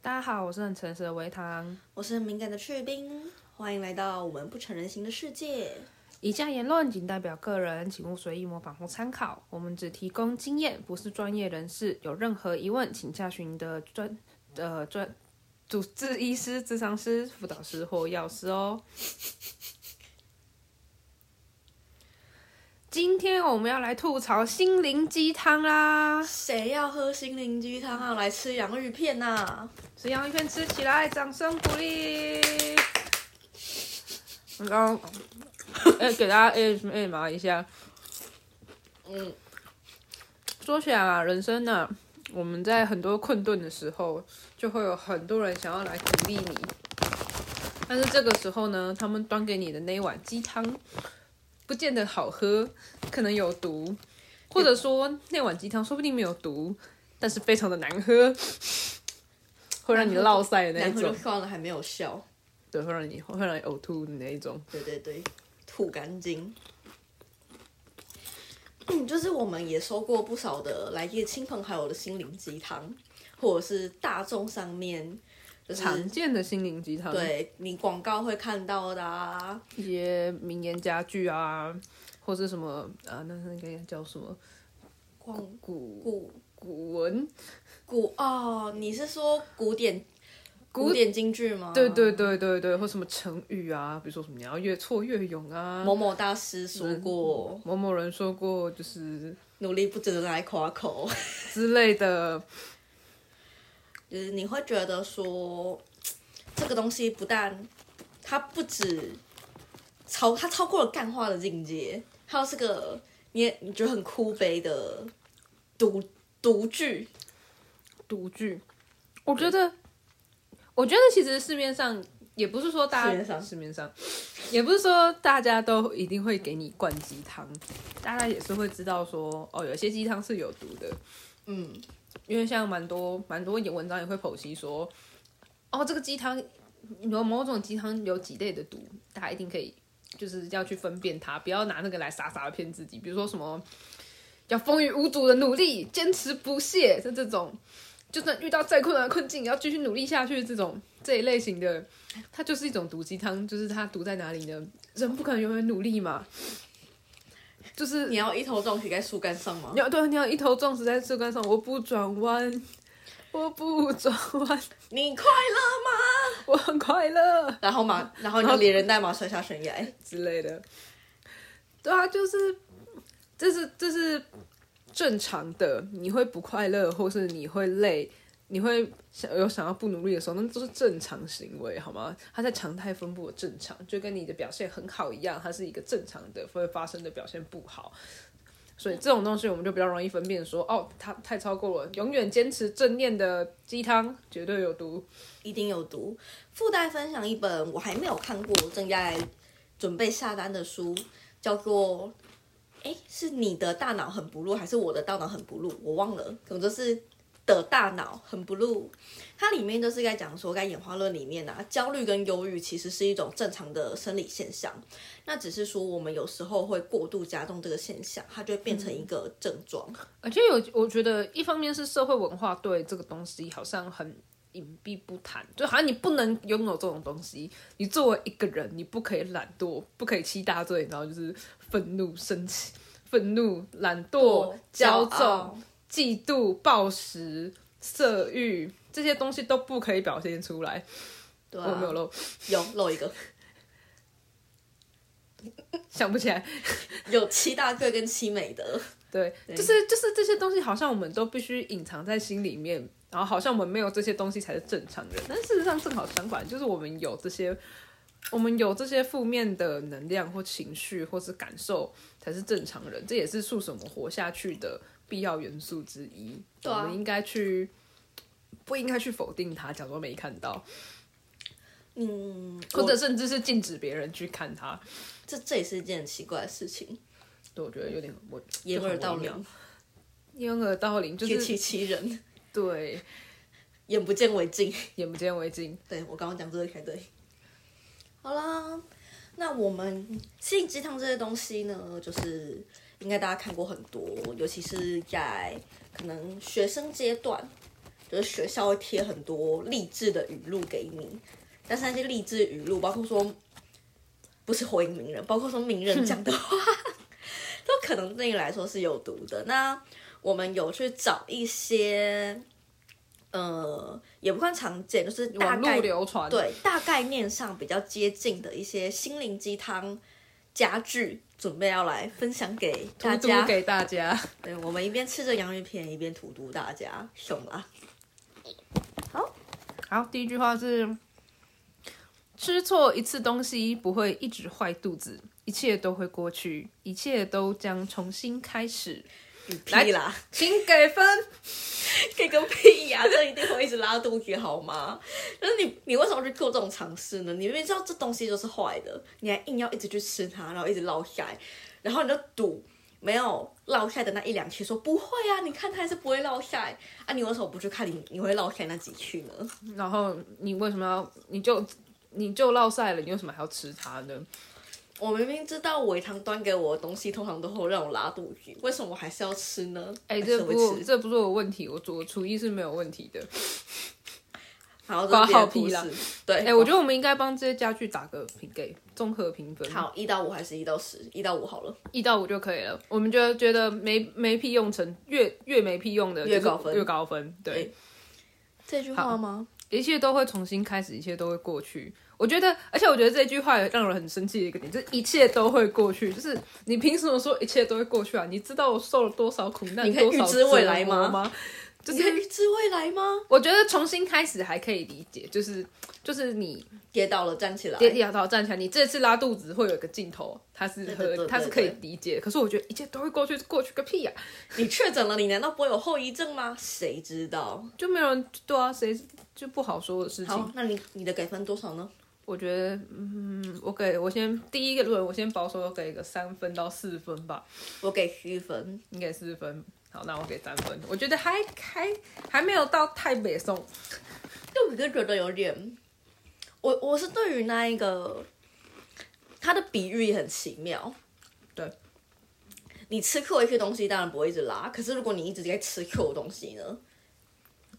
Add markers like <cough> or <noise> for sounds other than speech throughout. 大家好，我是很诚实的维糖。我是敏感的去冰，欢迎来到我们不成人形的世界。以下言论仅代表个人，请勿随意模仿或参考。我们只提供经验，不是专业人士。有任何疑问，请洽询你的专呃专主治医师、智商师、辅导师或药师哦。今天我们要来吐槽心灵鸡汤啦！谁要喝心灵鸡汤啊？来吃洋芋片啊呐、只要一片吃起来，掌声鼓励。我刚，哎、给大家 A 什么 A 麻一下。嗯，说起来啊，人生呢、我们在很多困顿的时候，就会有很多人想要来鼓励你。但是这个时候呢，他们端给你的那一碗鸡汤，不见得好喝，可能有毒，或者说那碗鸡汤说不定没有毒，但是非常的难喝，会让你落腮的那然一后就种，放了还没有笑。对，会让你会让你呕吐的那一种。对对对，吐干净。嗯，就是我们也收过不少的来自亲朋好友的心灵鸡汤，或者是大众上面就是常见的心灵鸡汤，，嗯对你广告会看到的啊，一些名言佳句啊，或是什么啊，那那个叫什么广古古古文，古哦，你是说古典古典京剧吗？对对对对对，或什么成语啊，比如说什么你要越挫越勇啊。某某大师说过，某某人说过，就是努力不值得拿来夸口，之类的， <laughs> 就是你会觉得说，这个东西不但它不止超，它超过了干话的境界，还有是个你也你觉得很枯悲的独独剧，独具。我觉得，我觉得其实市面上也不是说大家市面上市面上也不是说大家都一定会给你灌鸡汤，大家也是会知道说，哦，有些鸡汤是有毒的，嗯，因为像蛮多蛮多文章也会剖析说，哦，这个鸡汤有某种鸡汤有几类的毒，大家一定可以就是要去分辨它，不要拿那个来傻傻的骗自己。比如说什么要风雨无阻的努力，坚持不懈，是这种，就算遇到再困难的困境，也要继续努力下去，这种这一类型的，它就是一种毒鸡汤，就是它毒在哪里呢？人不可能永远努力嘛，就是你要一头撞死在树干上 <laughs> 吗你？要对，啊你要一头撞死在树干上，我不转弯，我不转弯，你快乐吗？我很快乐然后马，然后你就连人带马摔下悬崖。之类的。对啊，就是，这是这是正常的，你会不快乐，或是你会累，你会想有想要不努力的时候，那都是正常行为，好吗？它在常态分布的正常，就跟你的表现很好一样，它是一个正常的会发生的表现不好。所以这种东西我们就比较容易分辨说，哦，它太超过了，永远坚持正念的鸡汤绝对有毒。一定有毒。附带分享一本我还没有看过，正在准备下单的书，叫做“哎，是你的大脑很不入，还是我的大脑很不入？我忘了，总之是的大脑很不入。它里面就是在讲说，在演化论里面啊，焦虑跟忧郁其实是一种正常的生理现象，那只是说我们有时候会过度加重这个现象，它就会变成一个症状。而且有，我觉得一方面是社会文化对这个东西好像很隐蔽不谈，就好像你不能拥有这种东西。你作为一个人，你不可以懒惰，不可以七大罪，然后就是愤怒、生气、 <laughs> 愤怒、懒惰、骄骄傲纵、嫉妒、暴食、色欲这些东西都不可以表现出来。对我有没有啊，漏？有漏一个。想不起来。有七大罪跟七美德，对，就是就是这些东西，好像我们都必须隐藏在心里面，然后好像我们没有这些东西才是正常人，但事实上正好相反，就是我们有这些，我们有这些负面的能量或情绪或是感受才是正常人，这也是促使我们活下去的必要元素之一。对啊我们应该去不应该去否定它，假装没看到，嗯，或我者甚至是禁止别人去看它。这这也是一件很奇怪的事情，对，我觉得有点我掩耳就盗，很微铃妙，掩耳盗铃就自是欺欺人，对眼不见为净。眼不见为净。对我刚刚讲这个才对。好啦，那我们心灵鸡汤这些东西呢，就是应该大家看过很多，尤其是在可能学生阶段，就是学校会贴很多励志的语录给你，但是那些励志语录，包括说不是火影名人，包括说名人讲的 <laughs> 话，都可能对你来说是有毒的。那我们有去找一些，呃，也不算常见，就是大网概络流传，对大概念上比较接近的一些心灵鸡汤佳句，准备要来分享给大荼毒家。给大家。对，我们一边吃着洋芋片，一边荼毒大家，懂吗？好，第一句话是：吃错一次东西不会一直坏肚子，一切都会过去，一切都将重新开始。你屁啦， <laughs> 请给分。给个屁呀、这一定会一直拉肚子好吗？ <laughs> 就是你，你为什么去做这种尝试呢？你明明知道这东西就是坏的，你还硬要一直去吃它，然后一直落下来，然后你就赌没有落下来的那一两期，说不会啊，你看它还是不会落下来啊，你为什么不去看你你会落下来那几期呢？然后你为什么要？你就你就落晒了，你为什么还要吃它呢？我明明知道维糖端给我的东西通常都会让我拉肚子，为什么我还是要吃呢？哎、还是这会不是我吃这不是我的问题，我我厨艺是没有问题的。好，挂这是别的号屁故事啦对，哎、我觉得我们应该帮这些家具打个评给综合评分，好，一到五还是一到十，一到五好了。一到五就可以了。我们觉得觉得没没屁用程越越没屁用的越就是高分越高分。对，这句话吗？一切都会重新开始，一切都会过去。我觉得，而且我觉得这句话也让人很生气的一个点，就是一切都会过去。就是你凭什么说一切都会过去啊？你知道我受了多少苦难，你可以多少预知未来折磨吗吗？就你可以是预知未来吗？我觉得重新开始还可以理解，就是就是你跌倒了站起来，跌跌倒倒站起来，你这次拉肚子会有一个镜头，它是对和对对它是可以对理解的。可是我觉得一切都会过去，过去个屁呀、你确诊了，你难道不会有后遗症吗？谁知道？就没有人对啊，谁就不好说的事情好。，那你你的给分多少呢？我觉得，嗯，我给我先第一个轮，我先保守给一个三分到四分吧，我给十分，你给四分，好，那我给三分，我觉得还还还没有到太北宋，就我就觉得有点，我我是对于那一个，他的比喻也很奇妙。对，你吃 Q 一些东西，当然不会一直拉。可是如果你一直在吃 Q 的东西呢？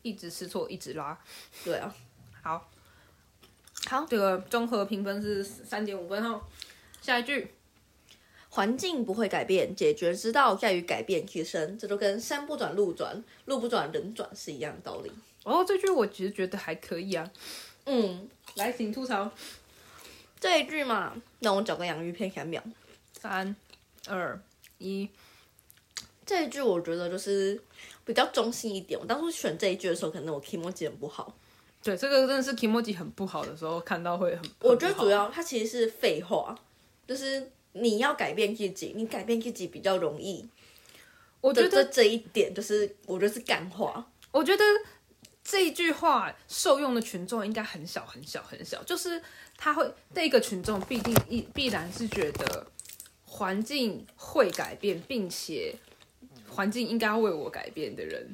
一直吃错，一直拉。对啊，好，好，这个综合评分是三点五分哦。下一句，环境不会改变，解决之道在于改变自身。这就跟山不转路转，路不转人转是一样的道理。哦，这句我其实觉得还可以啊。嗯，来，请吐槽。这一句嘛，让我找个洋芋片三秒。三、二、一，这一句我觉得就是比较中性一点。我当初选这一句的时候，可能我 k i m o j i 不好，对，这个真的是 k i m o j i 很不好的时候看到会很，我觉得很不好主要它其实是废话，就是你要改变自己，你改变自己比较容易。我这觉这得这一点就是我觉得是干话，我觉得这一句话受用的群众应该很小很小很小，就是他会这个群众必定一必然是觉得环境会改变，并且环境应该要为我改变的人。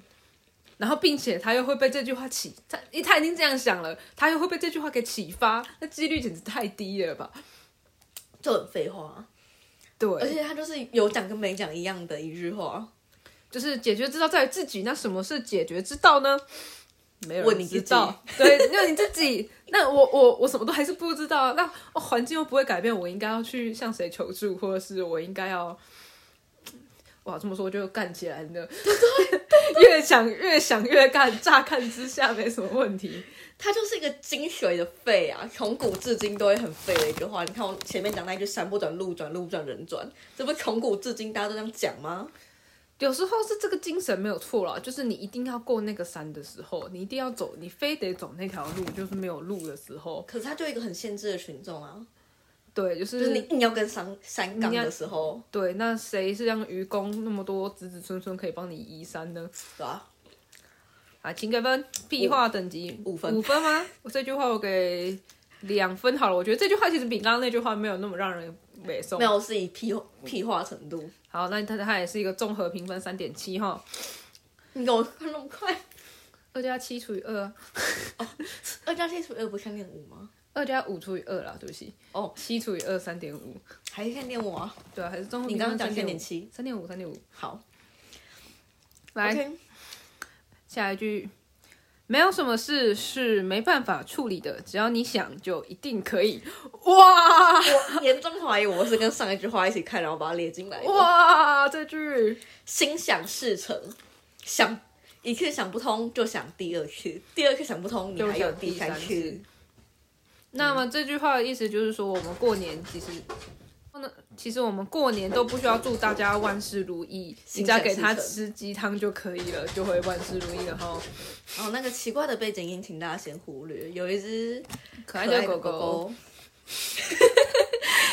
然后，并且他又会被这句话启，他他已经这样想了，他又会被这句话给启发，那几率简直太低了吧？就很废话。对，而且它就是有讲跟没讲一样的一句话。就是解决之道在于自己。那什么是解决之道呢？没有人问你自己知道，对， <laughs> 那你自己。那我我我什么都还是不知道。那哦环、境又不会改变，我应该要去向谁求助，或者是我应该要，哇，这么说就干起来呢？ <laughs> 越想越想越干，乍看之下没什么问题。它就是一个精髓的废啊，从古至今都会很废的一句话。你看我前面讲那一句“山不转路转，路不转人转”，这不是从古至今大家都这样讲吗？有时候是这个精神没有错啦，就是你一定要过那个山的时候，你一定要走，你非得走那条路，就是没有路的时候，可是它就一个很限制的群众啊，对，就就是是你硬要跟山山岗你要的时候，对，那谁是让愚公那么多子子孙孙可以帮你移山呢？对吧、啊，请给分，屁话等级五分五分吗？我这句话我给两分好了，我觉得这句话其实比刚刚那句话没有那么让人北宋没。有是以屁屁话程度。好，那它它也是一个综合评分三点七哈，你给我看那么快， <laughs> 二加七除以二啊，二加七除以二不是三点五吗？二加五除以二啦，对不起，哦，七除以二三点五，还是三点五啊？对啊，还是综合你评刚分刚讲三三点点七，三点五三点五，好来 o k 下一句，没有什么事是没办法处理的，只要你想，就一定可以。哇 <laughs> 我严重怀疑我是跟上一句话一起看，然后把它列进来的。 <laughs> 哇，这句心想事成，想一次想不通就想第二次，第二次想不通你还有第三就想第次三。那么这句话的意思就是说，我们过年其实，那其实我们过年都不需要祝大家万事如意，你心只想要事成给他吃鸡汤就可以了，就会万事如意了哈。然哦后那个奇怪的背景音，请大家先忽略。有一只可爱可爱的的狗狗狗， <laughs> 狗，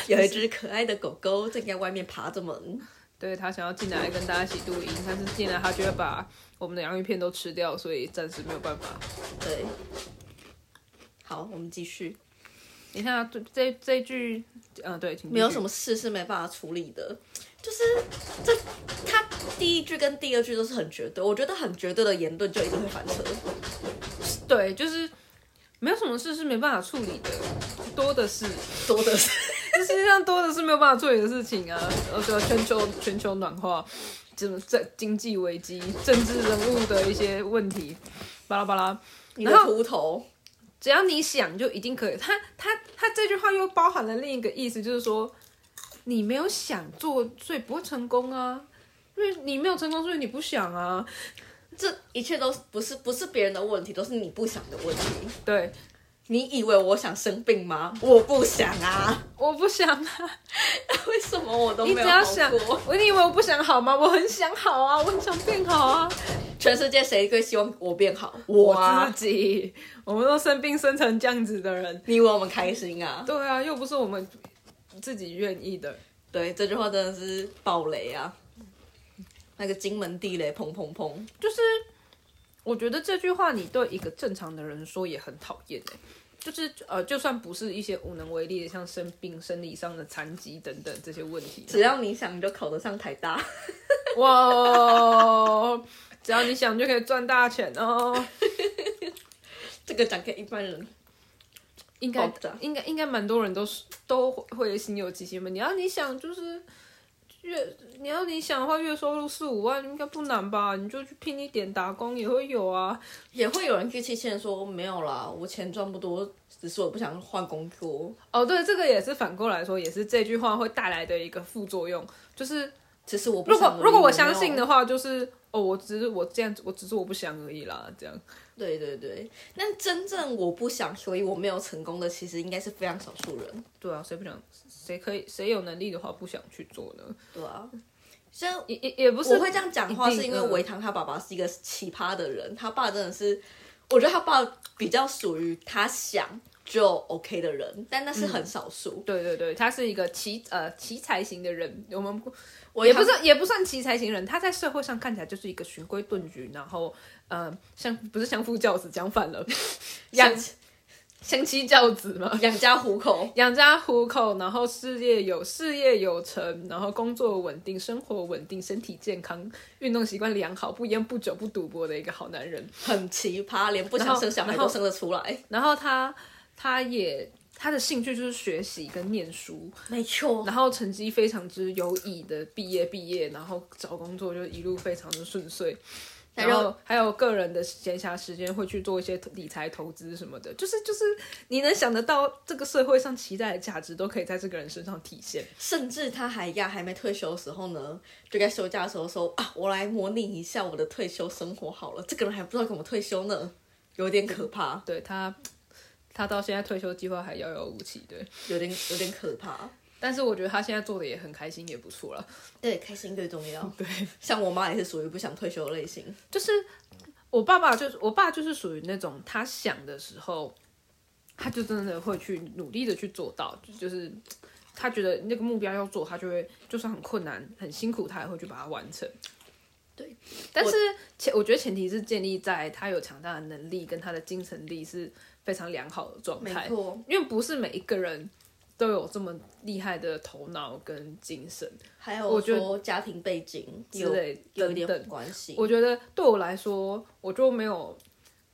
有一只可爱的狗狗正在外面爬着门。对他想要进来跟大家一起录音，但是进来他就会把我们的洋芋片都吃掉，所以暂时没有办法。对，好，我们继续。你看、啊、这这这句，嗯、对，请继续没有什么事是没办法处理的，就是这他第一句跟第二句都是很绝对，我觉得很绝对的言论就一定会翻车。对，就是没有什么事是没办法处理的，多的是，多 <laughs> 的是，这世界上多的是没有办法处理的事情啊。呃，对啊，全球全球暖化，怎么这经济危机、政治人物的一些问题，巴拉巴拉。你的然后秃头，只要你想，就一定可以。他他他这句话又包含了另一个意思，就是说你没有想做，所以不会成功啊。因为你没有成功，所以你不想啊。这一切都不是不是别人的问题，都是你不想的问题。对，你以为我想生病吗？我不想啊！ <laughs> 我不想啊。为什么我都你没只有要好想过？，我你以为我不想好吗？我很想好啊，我很想变好啊。全世界谁最希望我变好？我我啊！自己，我们都生病生成这样子的人，你以为我们开心啊？对啊，又不是我们自己愿意的。对，这句话真的是暴雷啊！那个金门地雷，砰砰砰！就是我觉得这句话你对一个正常的人说也很讨厌哎，就是呃，就算不是一些无能为力的，像生病、生理上的残疾等等这些问题，只要你想，你就考得上台大。哇，只要你想就可以赚大钱哦。 <laughs> 这个讲给一般人，应该爆炸应该应该蛮多人都是都会心有戚戚吧？你要你想就是月，你要你想的话，月收入四五万应该不难吧？你就去拼一点打工也会有啊。也会有人去气欠说没有啦，我钱赚不多，只是我不想换工作，哦，对，这个也是反过来说，也是这句话会带来的一个副作用，就是只是我不如想果努力如果我相没信有的话，就是哦，我只是我这样，我只是我不想而已啦，这样。对对对，但真正我不想，所以我没有成功的，其实应该是非常少数人，对啊，谁不想？谁可以？谁有能力的话不想去做呢？对啊。虽然也也也不是我会这样讲话，一定是因为嗯维唐他爸爸是一个奇葩的人，他爸真的是，我觉得他爸比较属于他想就 OK 的人，但那是很少数。对对对，他是一个奇呃奇才型的人，我们不我也不是也不算奇才型人，他在社会上看起来就是一个循规顿矩，然后呃相不是相夫教子，讲反了，养相妻教子嘛，养家糊口，养家糊口，然后事业有事业有成，然后工作稳定，生活稳定，身体健康，运动习惯良好，不烟不酒不赌博的一个好男人。很奇葩，连不然想后生小孩然后都生得出来。然后他他也他的兴趣就是学习跟念书，没错，然后成绩非常之优异的毕业毕业，然后找工作就一路非常的顺遂，然然后还有个人的闲暇时间会去做一些理财投资什么的，就是就是你能想得到这个社会上期待的价值都可以在这个人身上体现。甚至他还呀还没退休的时候呢，就在休假的时候说啊，我来模拟一下我的退休生活好了。这个人还不知道怎么退休呢，有点可怕，对他，他到现在退休计划还遥遥无期。对，有点有点可怕。但是我觉得他现在做的也很开心，也不错了。对，开心最重要。 <laughs> 对，像我妈也是属于不想退休的类型。就是我爸爸就是我爸就是属于那种他想的时候，他就真的会去努力的去做到，就就是他觉得那个目标要做，他就会就算很困难、很辛苦，他也会去把它完成。对，但是前我觉得前提是建立在他有强大的能力跟他的精神力是非常良好的状态，错，因为不是每一个人都有这么厉害的头脑跟精神还我有觉得说家庭背景之有类的有一等点等关系。我觉得对我来说，我就没有，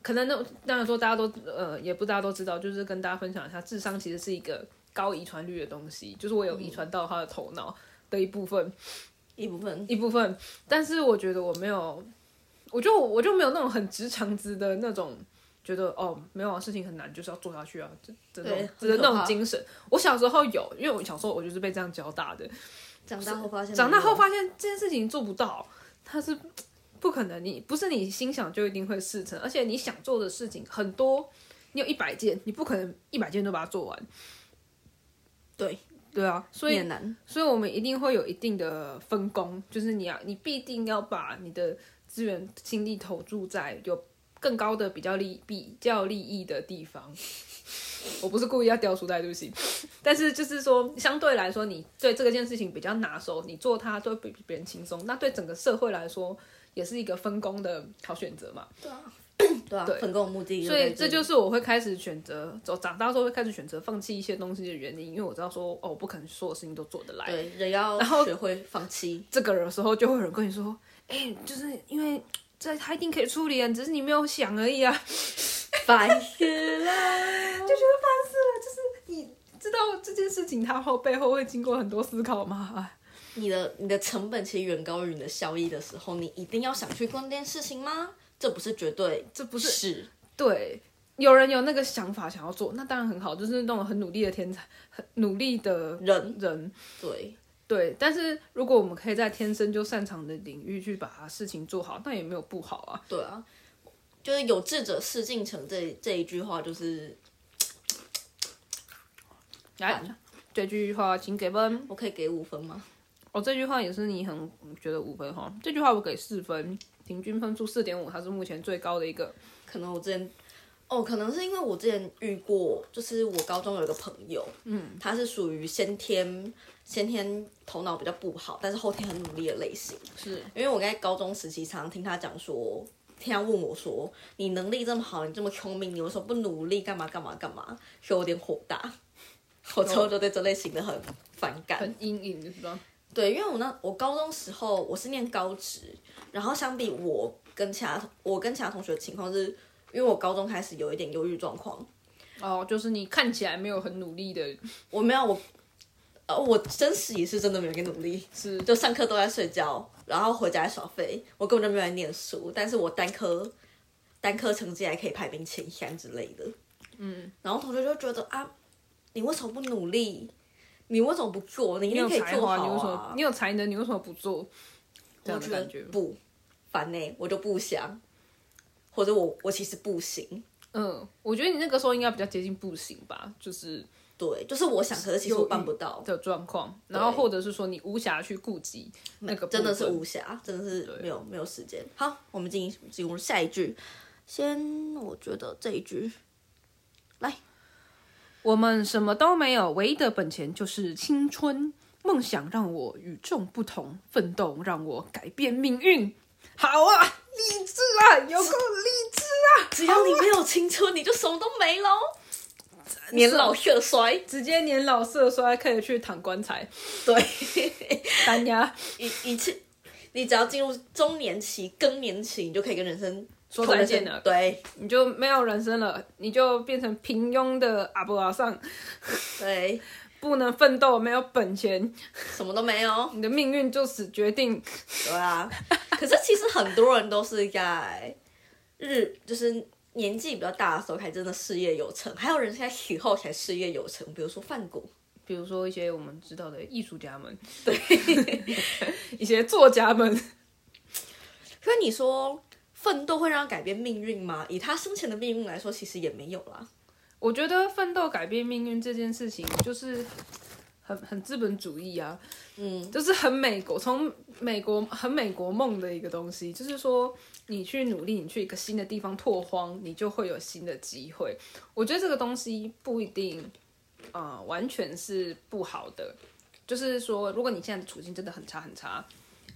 可能那当然说大家都呃，也不大家都知道，就是跟大家分享一下，智商其实是一个高遗传率的东西，就是我有嗯遗传到他的头脑的一部分、一部分一部分，但是我觉得我没有，我就我就没有那种很直肠子的那种，觉得哦没有啊，事情很难，就是要做下去啊，这这种对的那很可种怕精神。我小时候有，因为我小时候我就是被这样教大的。长大后发现，长大后，发现这件事情做不到，它是不可能。你不是你心想就一定会事成，而且你想做的事情很多，你有一百件，你不可能一百件都把它做完。对，对啊，所以也难，所以我们一定会有一定的分工，就是你要，你必定要把你的资源精力投注在有更高的比较利比较利益的地方。 <laughs> 我不是故意要掉书袋，对不起。 <laughs> 但是就是说，相对来说，你对这个件事情比较拿手，你做它都会比别人轻松，那对整个社会来说也是一个分工的好选择嘛。对啊，对啊，分工的目的，所以这就是是我会开始选择走长大之后会开始选择放弃一些东西的原因，因为我知道说哦，我不可能所有事情都做得来。对人要然后学会放弃，这个的时候，就会有人跟你说：“哎、就是因为这他一定可以处理啊，只是你没有想而已啊。 <laughs> 烦死了，就知道这件事情，他后背后会经过很多思考吗？哎你的你的成本其实远高于你的效益的时候，你一定要想去做那件事情吗？这不是绝对，这不不是是对。有人有那个想法想要做，那当然很好，就是那种很努力的天才，很努力的人人。对，对，但是如果我们可以在天生就擅长的领域去把事情做好，那也没有不好啊。对啊，就是有志者事竟成这这一句话，就是来，这句话请给分。我可以给五分吗？哦，这句话也是你很觉得五分哈，这句话我给四分，平均分数四点五，它是目前最高的一个。可能我之前，哦，可能是因为我之前遇过，就是我高中有一个朋友，嗯，他是属于先天先天头脑比较不好，但是后天很努力的类型。是，因为我在高中时期常常听他讲说，听他问我说，你能力这么好，你这么聪明，你为什么不努力干嘛干嘛干嘛？所以我有点火大，我之后就对这类型的很反感。很阴影，是吧？对，因为我那我高中时候我是念高职，然后相比我跟其他同我跟其他同学的情况是，因为我高中开始有一点忧郁状况，哦，就是你看起来没有很努力的，我没有我，呃，我真实也是真的没有给努力，是就上课都在睡觉，然后回家耍废，我根本就没有在念书，但是我单科单科成绩还可以排名前三之类的，嗯，然后同学就觉得啊，你为什么不努力？你为什么不做？你一你定有可以才做华，好啊！你为什么？你有才能，你为什么不做？这样我的觉得感觉，不烦呢、我就不想，或者我我其实不行，嗯，我觉得你那个时候应该比较接近不行吧，就是对，就是我想，可是其实我办不到，的状况，然后或者是说你无暇去顾及那个部分，真的是无暇，真的是没有没有时间。好，我们进进入下一句，先我觉得这一句，来，我们什么都没有，唯一的本钱就是青春。梦想让我与众不同，奋斗让我改变命运。好啊，励志啊，有够励志！只要你没有青春，你就什么都没喽，年老色衰，直接年老色衰，可以去躺棺材、 <laughs> 对，单压，一一切。你只要进入中年期、更年期，你就可以跟人生说再见了对你就没有人生了，你就变成平庸的阿布阿上，对，不能奋斗，没有本钱，什么都没有。你的命运就此决定。对啊，可是其实很多人都是在日，就是年纪比较大的时候才真的事业有成，还有人现在死后才事业有成，比如说范谷，比如说一些我们知道的艺术家们，对， <laughs> 一些作家们，所以你说奋斗会让他改变命运吗？以他生前的命运来说，其实也没有啦。我觉得奋斗改变命运这件事情，就是很很资本主义啊，嗯，就是很美国，从美国很美国梦的一个东西，就是说你去努力，你去一个新的地方拓荒，你就会有新的机会。我觉得这个东西不一定，呃，完全是不好的。就是说，如果你现在的处境真的很差很差，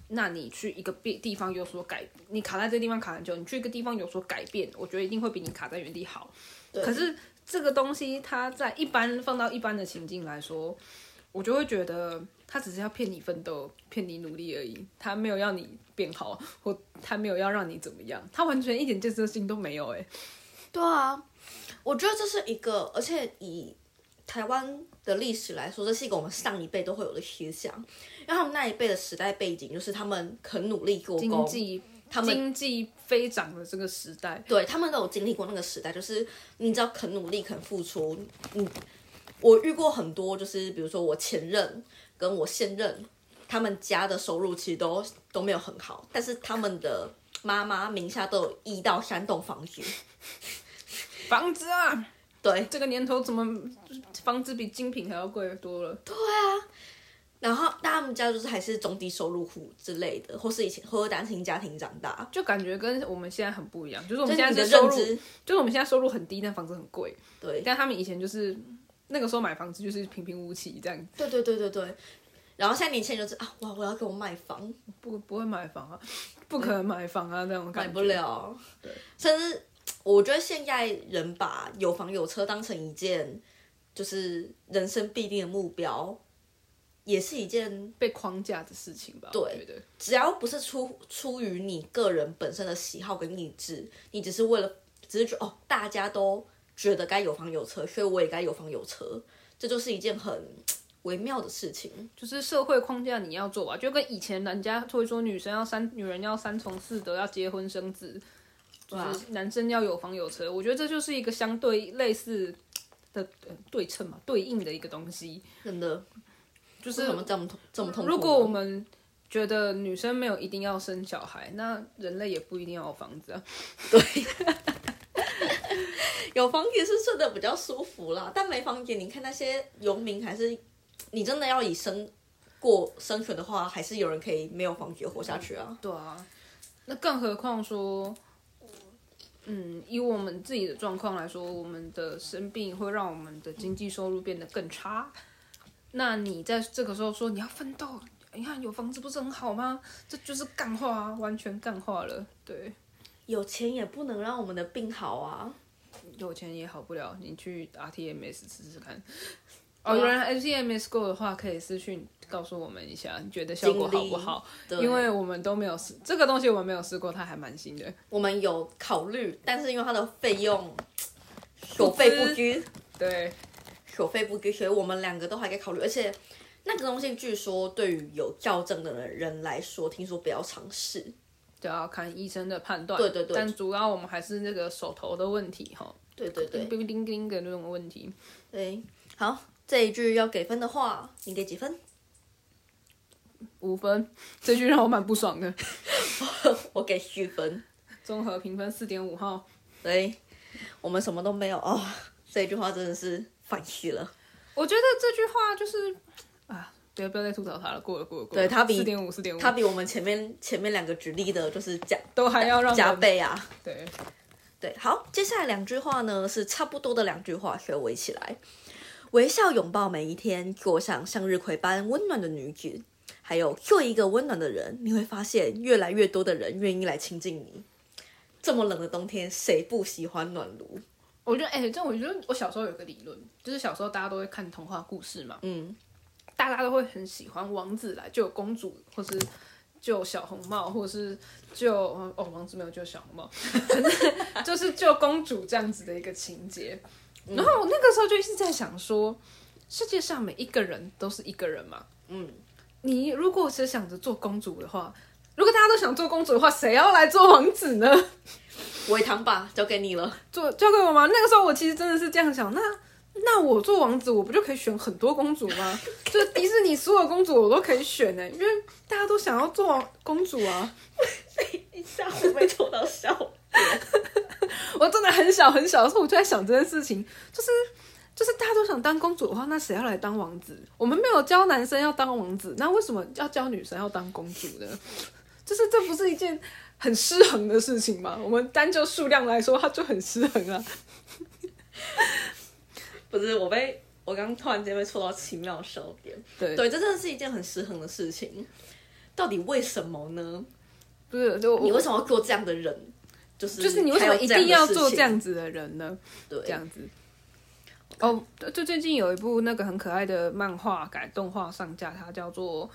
那你去一个地地方有所改，你卡在这个地方卡很久，你去一个地方有所改变，我觉得一定会比你卡在原地好。对可是这个东西，它在一般放到一般的情境来说，我就会觉得他只是要骗你奋斗、骗你努力而已，他没有要你变好，或他没有要让你怎么样，他完全一点建设性都没有、欸。对啊，我觉得这是一个，而且以台湾的历史来说，这是一个我们上一辈都会有的思想，因为他们那一辈的时代背景就是他们很努力做经工，济他们经济飞涨的这个时代，对他们都有经历过那个时代，就是你只要肯努力、肯付出，你我遇过很多，就是比如说我前任跟我现任，他们家的收入其实都都没有很好，但是他们的妈妈名下都有一到三栋房子，房子啊，对，这个年头怎么房子比精品还要贵多了？然后但他们家就是还是中低收入户之类的，或是以前或是单亲家庭长大，就感觉跟我们现在很不一样，就是我就们是现你在的是收认入，知，就是我们现在收入很低，但房子很贵。对，但他们以前就是那个时候买房子就是平平无奇这样，对对对对对。然后现在年轻人就是啊，哇，我要给我卖房，不不会买房啊，不可能买房啊，这种感觉买不。了。甚至我觉得现在人把有房有车当成一件就是人生必定的目标，也是一件被框架的事情吧，我觉得只要不是出出于你个人本身的喜好跟意志，你只是为了只是觉得哦，大家都觉得该有房有车，所以我也该有房有车，这就是一件很微妙的事情。就是社会框架你要做啊，就跟以前人家会说女生要三女人要三从四德，要结婚生子，对就是男生要有房有车，我觉得这就是一个相对类似的呃对称嘛，对应的一个东西，真的就为是什么这么痛这么痛苦呢？如果我们觉得女生没有一定要生小孩，那人类也不一定要有房子啊。有房也是睡得比较舒服啦，但没房也，你看那些游民还是，你真的要以生过生存的话，还是有人可以没有房也活下去啊。对啊，那更何况说，嗯，以我们自己的状况来说，我们的生病会让我们的经济收入变得更差。那你在这个时候说你要奋斗，你看有房子不是很好吗？这就是干话啊，完全干话了。对，有钱也不能让我们的病好啊。有钱也好不了，你去 RTMS 试试看。哦，有人 RTMS 过的话，可以私讯告诉我们一下，你觉得效果好不好？对，因为我们都没有试这个东西，我们没有试过，它还蛮新的。我们有考虑，但是因为它的费 <laughs> 用所费不均，对，所费不均，所以我们两个都还在考虑。而且那个东西据说对于有校正的人来说，听说不要尝试。就要看医生的判断。对对对但主要我们还是那个手头的问题哈，对对对叮叮叮的那种问题。对，好，这一句要给分的话，你给几分？五分，这句让我蛮不爽的。我给十分。综合评分四点五哈，所以我们什么都没有哦。这一句话真的是反思了，我觉得这句话就是啊，不要不要再吐槽他了，过了过了过了。对它比四点五四点五，它比我们前面前面两个举例的就是加都还要让加人倍啊。对。对，好，接下来两句话呢是差不多的两句话，所以我一起来。微笑拥抱每一天，过上向日葵般温暖的女子，还有做一个温暖的人，你会发现越来越多的人愿意来亲近你。这么冷的冬天，谁不喜欢暖炉？我觉得，哎、这我觉得我小时候有个理论，就是小时候大家都会看童话故事嘛，嗯，大家都会很喜欢王子来就有公主，或是就有小红帽，或是就有哦王子没有就有小红帽， <laughs> 反正就是就公主这样子的一个情节。然后我那个时候就一直在想说，世界上每一个人都是一个人嘛，嗯，你如果只想着做公主的话，如果大家都想做公主的话，谁要来做王子呢？尾糖吧，交给你了。做交给我吗？那个时候我其实真的是这样想，那那我做王子，我不就可以选很多公主吗？就是迪士尼所有公主我都可以选呢、因为大家都想要做王公主啊。一下我被抽到笑。我真的很小很小的时候，我就在想这件事情，就是就是大家都想当公主的话，那谁要来当王子？我们没有教男生要当王子，那为什么要教女生要当公主呢？就是这不是一件很失衡的事情吗？我们单就数量来说，它就很失衡啊。不是我被我刚突然间被戳到奇妙的笑点。对对，这真的是一件很失衡的事情。到底为什么呢？不是，就我 <laughs> 你为什么要做这样的人？就是就是你为什么一定要做这？样子的人呢？对这样子。哦，对就最近有一部那个很可爱的漫画改动画上架，它叫做《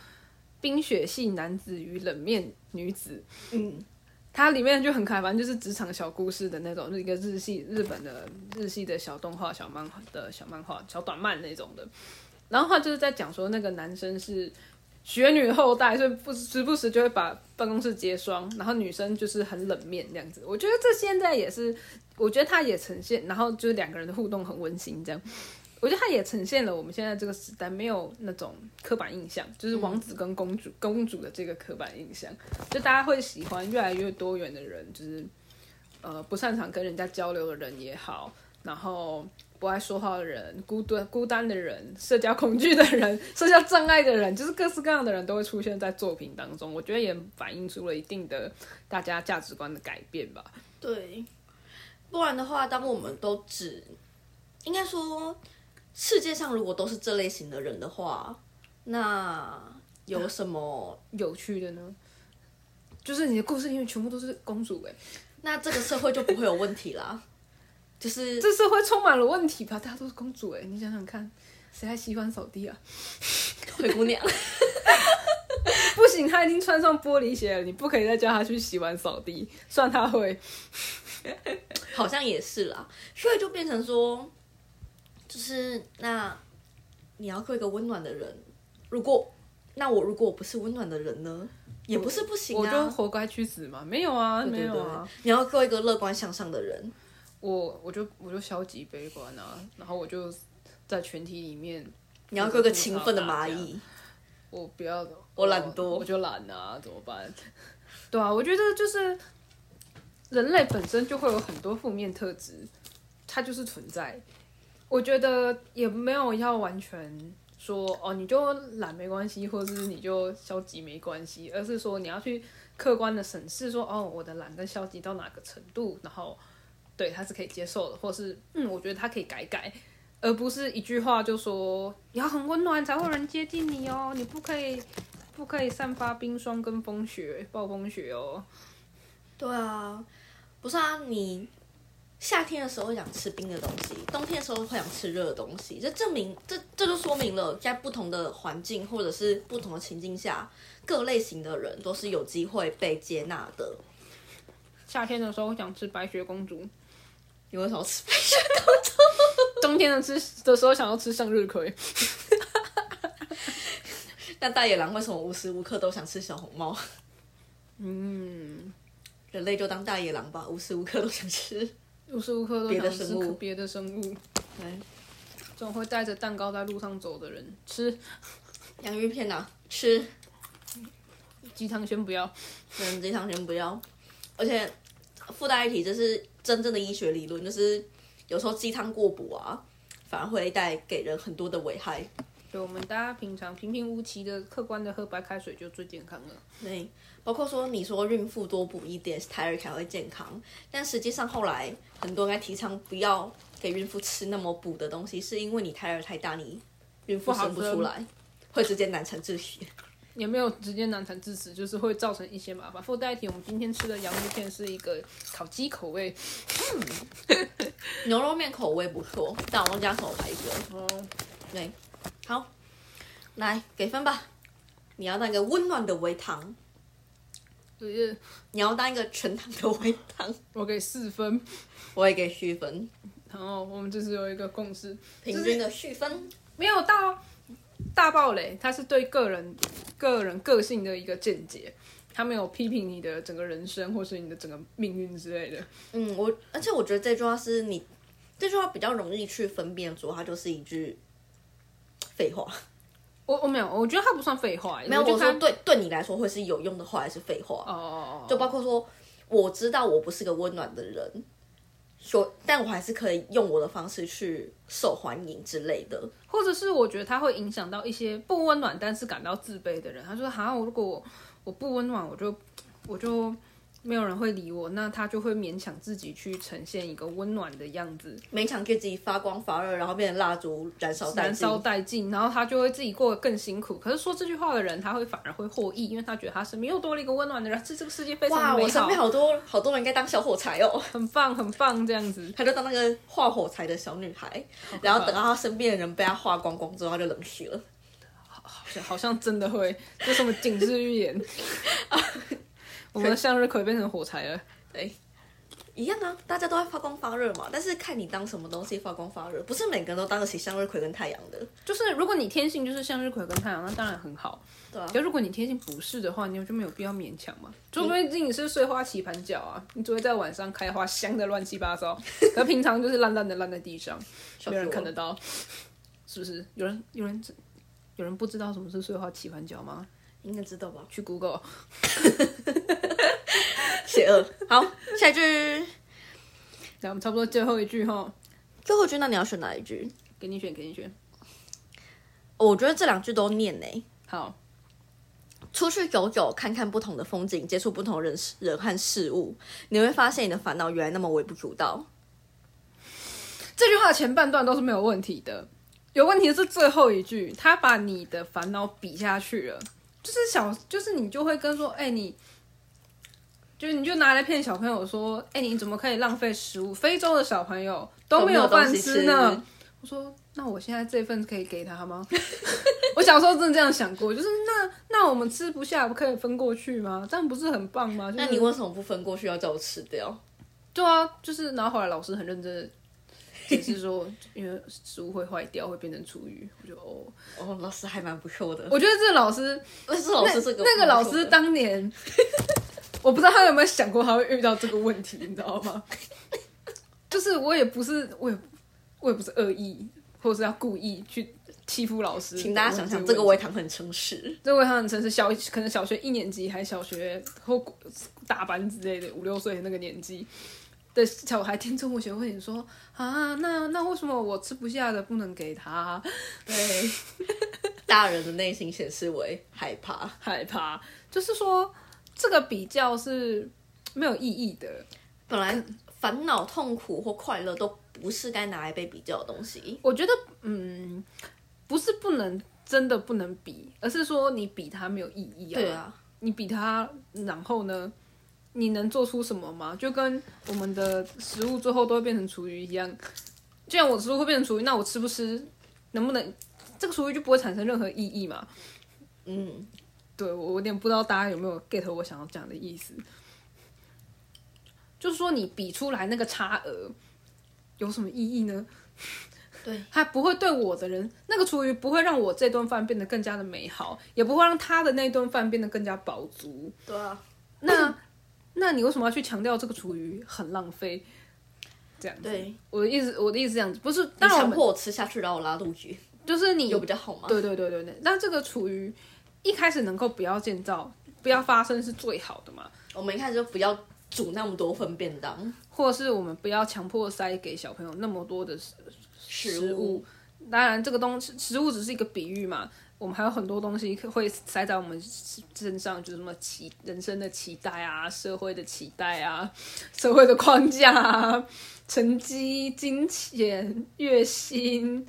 冰雪系男子与冷面女子》。嗯，它里面就很可爱，反正就是职场小故事的那种，就是一个日系日本的日系的小动画、小漫画的小漫画、小短漫那种的。然后他就是在讲说，那个男生是学女的后代，所以不时不时就会把办公室揭霜，然后女生就是很冷面这样子。我觉得这现在也是，我觉得它也呈现，然后就是两个人的互动很温馨这样。我觉得它也呈现了我们现在这个时代没有那种刻板印象，就是王子跟公主、公主的这个刻板印象，就大家会喜欢越来越多元的人，就是呃不擅长跟人家交流的人也好，然后不爱说话的人、孤独孤单的人、社交恐惧的人、 <laughs> 社交障碍的人，就是各式各样的人都会出现在作品当中。我觉得也反映出了一定的大家价值观的改变吧。对，不然的话，当我们都只应该说，世界上如果都是这类型的人的话，那有什么？有趣的呢，就是你的故事里面全部都是公主哎、那这个社会就不会有问题啦。 <laughs> 就是这社会充满了问题吧？大家都是公主哎、你想想看，谁还喜欢扫地啊？ <laughs> 灰姑娘， <laughs> 不行，她已经穿上玻璃鞋了，你不可以再叫她去洗碗扫地。算她会，好像也是啦，所以就变成说，就是那你要做一个温暖的人。如果那我如果我不是温暖的人呢，也不是不行我就啊。活该屈子嘛？没有啊，对没对有对啊，，你要做一个乐观向上的人。我我就我就消极悲观啊，然后我就在群体里面，你要做一个勤奋的蚂蚁。我不要，我懒惰我我就懒啊，怎么办？对啊，我觉得就是人类本身就会有很多负面特质，它就是存在。我觉得也没有要完全说哦，你就懒没关系，或者是你就消极没关系，而是说你要去客观的审视说，哦，我的懒跟消极到哪个程度，然后对他是可以接受的，或是嗯，我觉得他可以改改，而不是一句话就说你要很温暖才会有人接近你哦，你不可以不可以散发冰霜跟风雪、暴风雪哦。对啊，不是啊，你夏天的时候会想吃冰的东西，冬天的时候会想吃热的东西，这证明这这就说明了，在不同的环境或者是不同的情境下，各类型的人都是有机会被接纳的。夏天的时候我想吃白雪公主， <laughs> 你为什么要吃？冬天的吃的时候想要吃向日葵。那大野狼为什么无时无刻都想吃小红帽？嗯，人类就当大野狼吧，无时无刻都想吃。无时无刻都别的想吃生物别的生物，哎对，这种会带着蛋糕在路上走的人吃洋芋片啊，吃。鸡汤先不要。嗯，这场先不要。而且附带一提，这是真正的医学理论，就是有时候鸡汤过补啊，反而会带给人很多的危害。对我们大家平常平平无奇的、客观的喝白开水就最健康了。对，包括说你说孕妇多补一点，胎儿才会健康，但实际上后来很多人在提倡不要给孕妇吃那么补的东西，是因为你胎儿太大，你孕妇生不出来，会直接难产窒息。也没有直接难产致死，就是会造成一些麻烦。附带一提，我们今天吃的洋芋片是一个烤鸡口味，牛肉面口味不错，但我忘记它什么牌子了。哦，好，来给分吧。你要当一个温暖的微糖，就是你要当一个全糖的微糖，我给四分。 <laughs> 我也给续分，然后我们就是有一个共识，平均的续分。没有到大暴雷，它是对个人、个人个性的一个见解，它没有批评你的整个人生或是你的整个命运之类的。嗯，我而且我觉得这句话是你这句话比较容易去分辨出它就是一句废话。我我没有，我觉得它不算废话，没有，就我说看对对你来说会是有用的话还是废话？哦哦哦，就包括说，我知道我不是个温暖的人，说，但我还是可以用我的方式去受欢迎之类的。或者是我觉得它会影响到一些不温暖但是感到自卑的人。他说：“哈，我如果我我不温暖，我就我就没有人会理我，那他就会勉强自己去呈现一个温暖的样子，勉强给自己发光发热，然后变成蜡烛燃烧殆燃尽烧。殆尽，然后他就会自己过得更辛苦。可是说这句话的人，他会反而会获益，因为他觉得他身边又多了一个温暖的人，这这个世界非哇，常美我身好，边好多好多人应该当小火柴哦，很棒，很棒，这样子。她就当那个画火柴的小女孩，然后等到她身边的人被她画光光之后，她就冷血了。好像好像真的会，这什么警 <laughs> <laughs> 示预言？我们的向日葵变成火柴了。对，一样啊，大家都在发光发热嘛，但是看你当什么东西发光发热，不是每个人都当得起向日葵跟太阳的。就是如果你天性就是向日葵跟太阳，那当然很好。对啊嗯可如果你天性不是的话，你就没有必要勉强嘛。除非你是碎花棋盘脚啊，你只会在晚上开花，香的乱七八 <laughs> 糟，可平常就是烂烂的烂在地上，没有人看得到，是不是？有人有人有人不知道什么是碎花棋盘脚吗？应该知道 <laughs> 吧？去 Google。邪恶。好，下一句。那我们差不多最后一句哈，最后一句，那你要选哪一句？给你选，给你选。哦我觉得这两句都念呢、好，出去走走，看看不同的风景，接触不同人事人和事物，你会发现你的烦恼原来那么微不足道。这句话的前半段都是没有问题的，有问题的是最后一句，他把你的烦恼比下去了，就是小，就是你就会跟说，哎、你，就是你就拿来骗小朋友说，哎、你怎么可以浪费食物？非洲的小朋友都没有饭吃都没有呢东。我说，那我现在这份可以给他吗？ <laughs> 我小时候真的这样想过，就是那那我们吃不下，可以分过去吗？这样不是很棒吗？就是、那你为什么不分过去要叫我吃掉？对啊，就是然后后来老师很认真的解释说，因为食物会坏掉，会变成厨余。我就哦，哦，老师还蛮不错的。 <laughs> 我觉得这个老师，但是老师这个那个老不错师的当年，我不知道他有没有想过他会遇到这个问题，你知道吗？ <laughs> 就是我也不是，我也我也不是恶意，或者是要故意去欺负老师。请大家想想，我这只是个微糖很诚实。这位他很真是小，可能小学一年级还小学或大班之类的，五六岁那个年纪的小孩听中文学会你说啊，那那为什么我吃不下的不能给他？对， <laughs> 大人的内心显示为害怕。害怕，就是说这个比较是没有意义的。本来烦恼、痛苦或快乐都不是该拿来被比较的东西。我觉得，嗯，不是不能真的不能比，而是说你比他没有意义啊。对啊，你比他，然后呢，你能做出什么吗？就跟我们的食物最后都会变成厨余一样，既然我的食物会变成厨余，那我吃不吃，能不能这个厨余就不会产生任何意义嘛？嗯，对我有点不知道大家有没有 get 我想要讲的意思，就是说你比出来那个差额有什么意义呢？对，它不会对我的人，那个厨余不会让我这顿饭变得更加的美好，也不会让他的那顿饭变得更加饱足。对啊，那那你为什么要去强调这个厨余很浪费？这样子，对，我的意思，我的意思这样子，不是，你当然我强们迫我吃下去，让我拉肚子，就是你有比较好吗？对对对对对，那这个厨余一开始能够不要建造、不要发生是最好的嘛，我们一开始就不要煮那么多份便当或者是我们不要强迫塞给小朋友那么多的食食物物，当然，这个东西食物只是一个比喻嘛，我们还有很多东西会塞在我们身上，就是什么期人生的期待啊，社会的期待啊，社会的框架啊，成绩、金钱、月薪，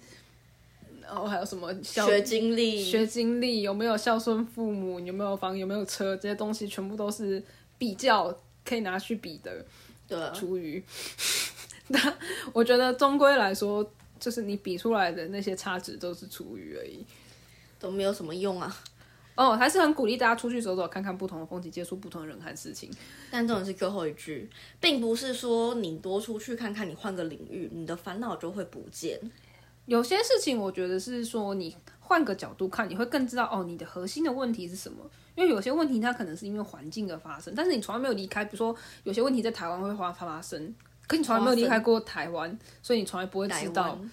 然后还有什么孝学经历，学经历有没有孝顺父母，有没有房，有没有车，这些东西全部都是比较可以拿去比的。对 <laughs> 啊，厨余。那我觉得终归来说，就是你比出来的那些差值都是厨余而已。都没有什么用啊。哦，还是很鼓励大家出去走走，看看不同的风景，接触不同的人和事情。但重点是最后一句，并不是说你多出去看看，你换个领域，你的烦恼就会不见。有些事情，我觉得是说你换个角度看，你会更知道哦，你的核心的问题是什么。因为有些问题它可能是因为环境而发生，但是你从来没有离开。比如说，有些问题在台湾会发发生，可你从来没有离开过台湾，所以你从来不会台知道湾，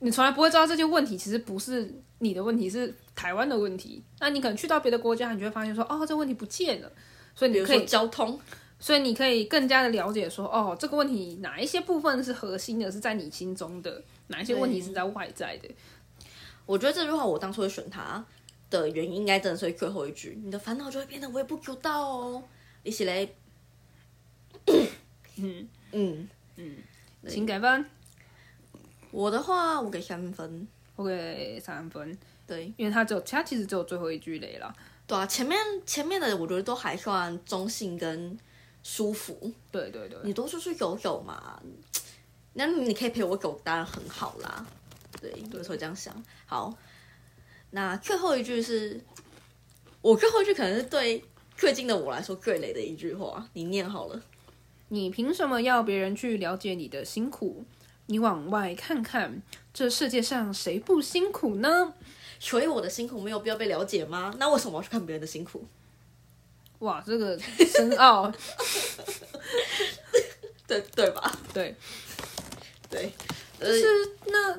你从来不会知道这些问题其实不是你的问题，是台湾的问题。那你可能去到别的国家，你就会发现说，哦，这问题不见了，所以比你如可说以，交通，所以你可以更加的了解说，哦，这个问题哪一些部分是核心的，是在你心中的，哪一些问题是在外在的。我觉得这句话我当初会选它的原因，应该真的是最后一句，你的烦恼就会变得微不足道哦。一起来，嗯嗯，请给分，我的话我给三分，我给三分，对因为他只有他其实只有最后一句雷了。对啊，前面前面的我觉得都还算中性跟舒服，对对对，你多出去走走嘛，那你可以陪我走，当然很好啦。对，有时候这样想。好，那最后一句是，我最后一句可能是对最近的我来说最累的一句话，你念好了。你凭什么要别人去了解你的辛苦？你往外看看，这世界上谁不辛苦呢？所以我的辛苦没有必要被了解吗？那为什么要去看别人的辛苦？哇，这个深奥，对对吧？对，对，呃，是那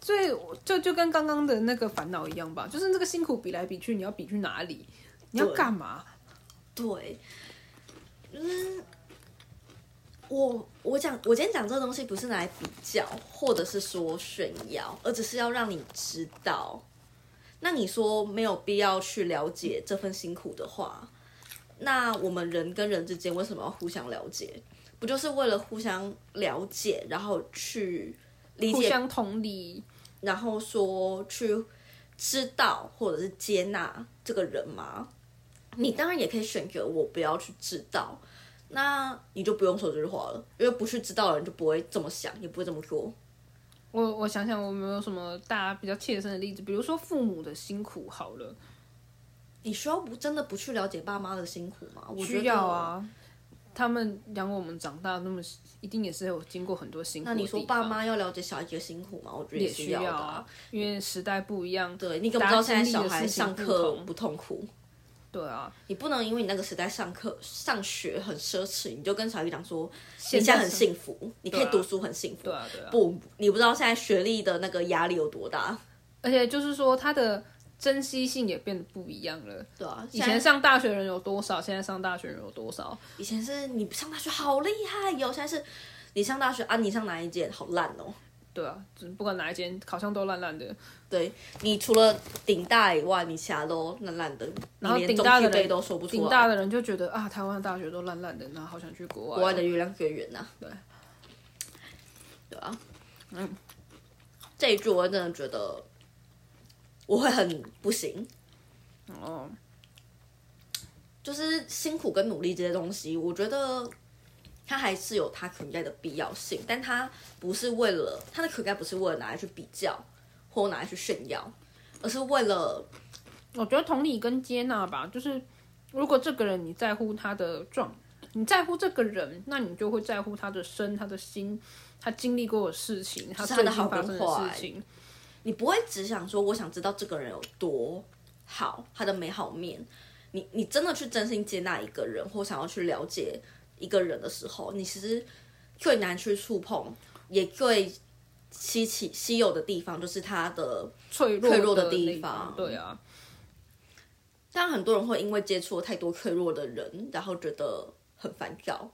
最就就跟刚刚的那个烦恼一样吧，就是那个辛苦比来比去，你要比去哪里？你要对干嘛？对，嗯，我我讲，我今天讲这个东西不是拿来比较，或者是说炫耀，而只是要让你知道。那你说没有必要去了解这份辛苦的话，那我们人跟人之间为什么要互相了解？不就是为了互相了解，然后去理互解相同理，然后说去知道或者是接纳这个人吗？你当然也可以选择我不要去知道，那你就不用说这句话了，因为不去知道的人就不会这么想，也不会这么做。我我想想，我有没有什么大家比较切身的例子？比如说父母的辛苦好了，你需要不真的不去了解爸妈的辛苦吗？我觉得需要。啊，他们养我们长大，那么一定也是有经过很多辛苦那的地你方。说爸妈要了解小孩子的辛苦吗？我觉得也是需要的啊、啊，因为时代不一样，对你根本不知道现在小大家经历孩的事情上不课同不痛苦，对啊，你不能因为你那个时代上课上学很奢侈，你就跟小孩讲说你现现在很是幸福，你可以对啊读书很幸福。对啊对啊，不，你不知道现在学历的那个压力有多大。而且就是说他的珍惜性也变得不一样了。对啊，以前现在上大学人有多少，现在上大学人有多少？以前是你上大学好厉害哟、现在是你上大学啊，你上哪一间好烂哦。对啊，只不管哪一间好像都烂烂的，对你除了顶大以外，你其他都烂烂的，然后连顶中大的距人杯都说不出顶大来。的人就觉得啊，台湾的大学都烂烂的，然后好想去国外。国外的月亮更圆呐、对，对啊，嗯，这一句我真的觉得我会很不行，哦，就是辛苦跟努力这些东西，我觉得它还是有它存在的必要性，但它不是为了它的可盖不是为了拿来去比较或拿来去炫耀，而是为了我觉得同理跟接纳吧，就是如果这个人你在乎他的状，你在乎这个人，那你就会在乎他的身、他的心、他经历过的事情、他是最他的近好发跟生的坏事情。你不会只想说我想知道这个人有多好，他的美好面。你你真的去真心接纳一个人，或想要去了解一个人的时候，你其实最难去触碰，也最稀奇稀有的地方就是他的脆弱脆弱的的地那一方对啊，但很多人会因为接触了太多脆弱的人，然后觉得很烦躁。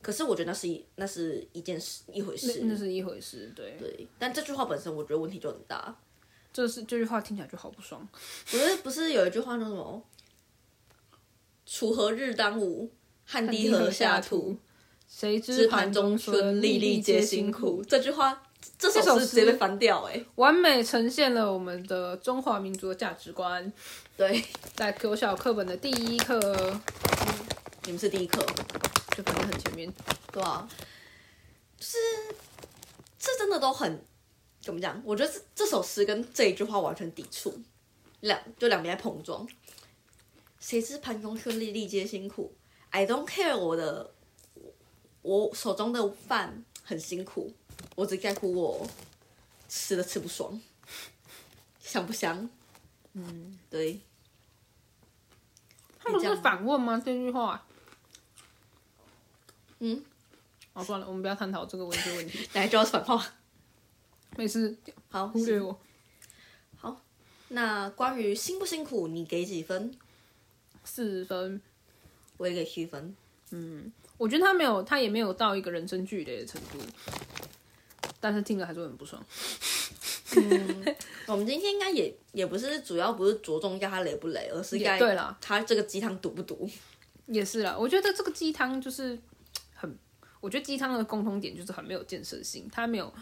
可是我觉得那是一那是一件事一回那那事，是一回事。对，对。但这句话本身，我觉得问题就很大。这是这句话听起来就好不爽。不是不是有一句话叫什么“锄禾日当午，汗滴禾下土，，谁知知盘中春，春，粒粒皆辛苦”。。这句话，这这首首诗诗直接被翻掉哎、完美呈现了我们的中华民族的价值观，对，在国小课本的第一课，你们是第一课，就反正很前面。对啊，就是这真的都很怎么讲？我觉得这这首诗跟这一句话完全抵触，两就两边在碰撞。谁知盘中餐，粒粒皆辛苦？I don't care 我的我我手中的饭很辛苦，我只在乎我吃的吃不爽，香不香？嗯，对。他们你这啊是样反问吗？这句话？嗯，哦，算了，我们不要探讨这个文学问题。来就要反话，没 <laughs> 事，好，忽略我。那关于辛不辛苦，你给几分？四分，我也给七分。我觉得他没有，他也没有到一个人生剧烈的程度，但是听了还是会很不爽。我们今天应该也也不是主要不是着重在它雷不雷，而是也在对啦，它这个鸡汤毒不毒。也是啦，我觉得这个鸡汤就是很，我觉得鸡汤的共通点就是很没有建设性，它没有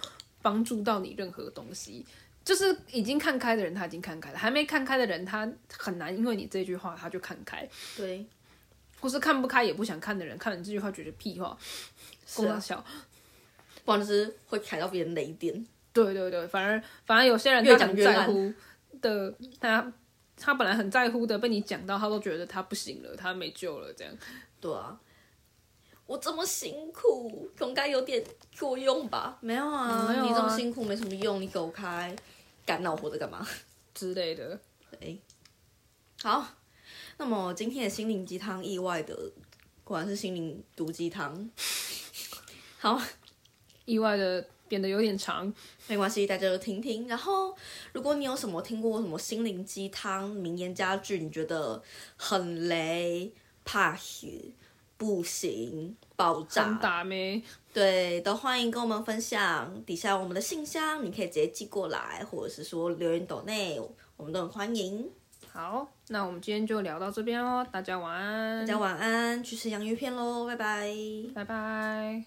帮助到你任何东西。就是已经看开的人，他已经看开了；还没看开的人，他很难因为你这句话他就看开，对，或是看不开也不想看的人，看了这句话觉得屁话，是公啊大，小。 <laughs> 不然就是会踩到别人雷点。对对对，反而反而有些人越他讲很越在烂乎的，他他本来很在乎的，被你讲到，他都觉得他不行了，他没救了，这样。对啊，我这么辛苦，总该有点作用吧？没有啊，没有啊你这么辛苦没什么用，你走开，干那我活着干嘛？之类的。对，好，那么今天的心灵鸡汤意外的，果然是心灵毒鸡汤。好，意外的变得有点长，没关系，大家就听听。然后，如果你有什么听过什么心灵鸡汤、名言佳句，你觉得很雷、怕血、不行、爆长炸，打咩？对，都欢迎跟我们分享。底下我们的信箱，你可以直接寄过来，或者是说留言抖内，我们都很欢迎。好，那我们今天就聊到这边哦，大家晚安，大家晚安，去吃洋芋片喽，拜拜。拜拜。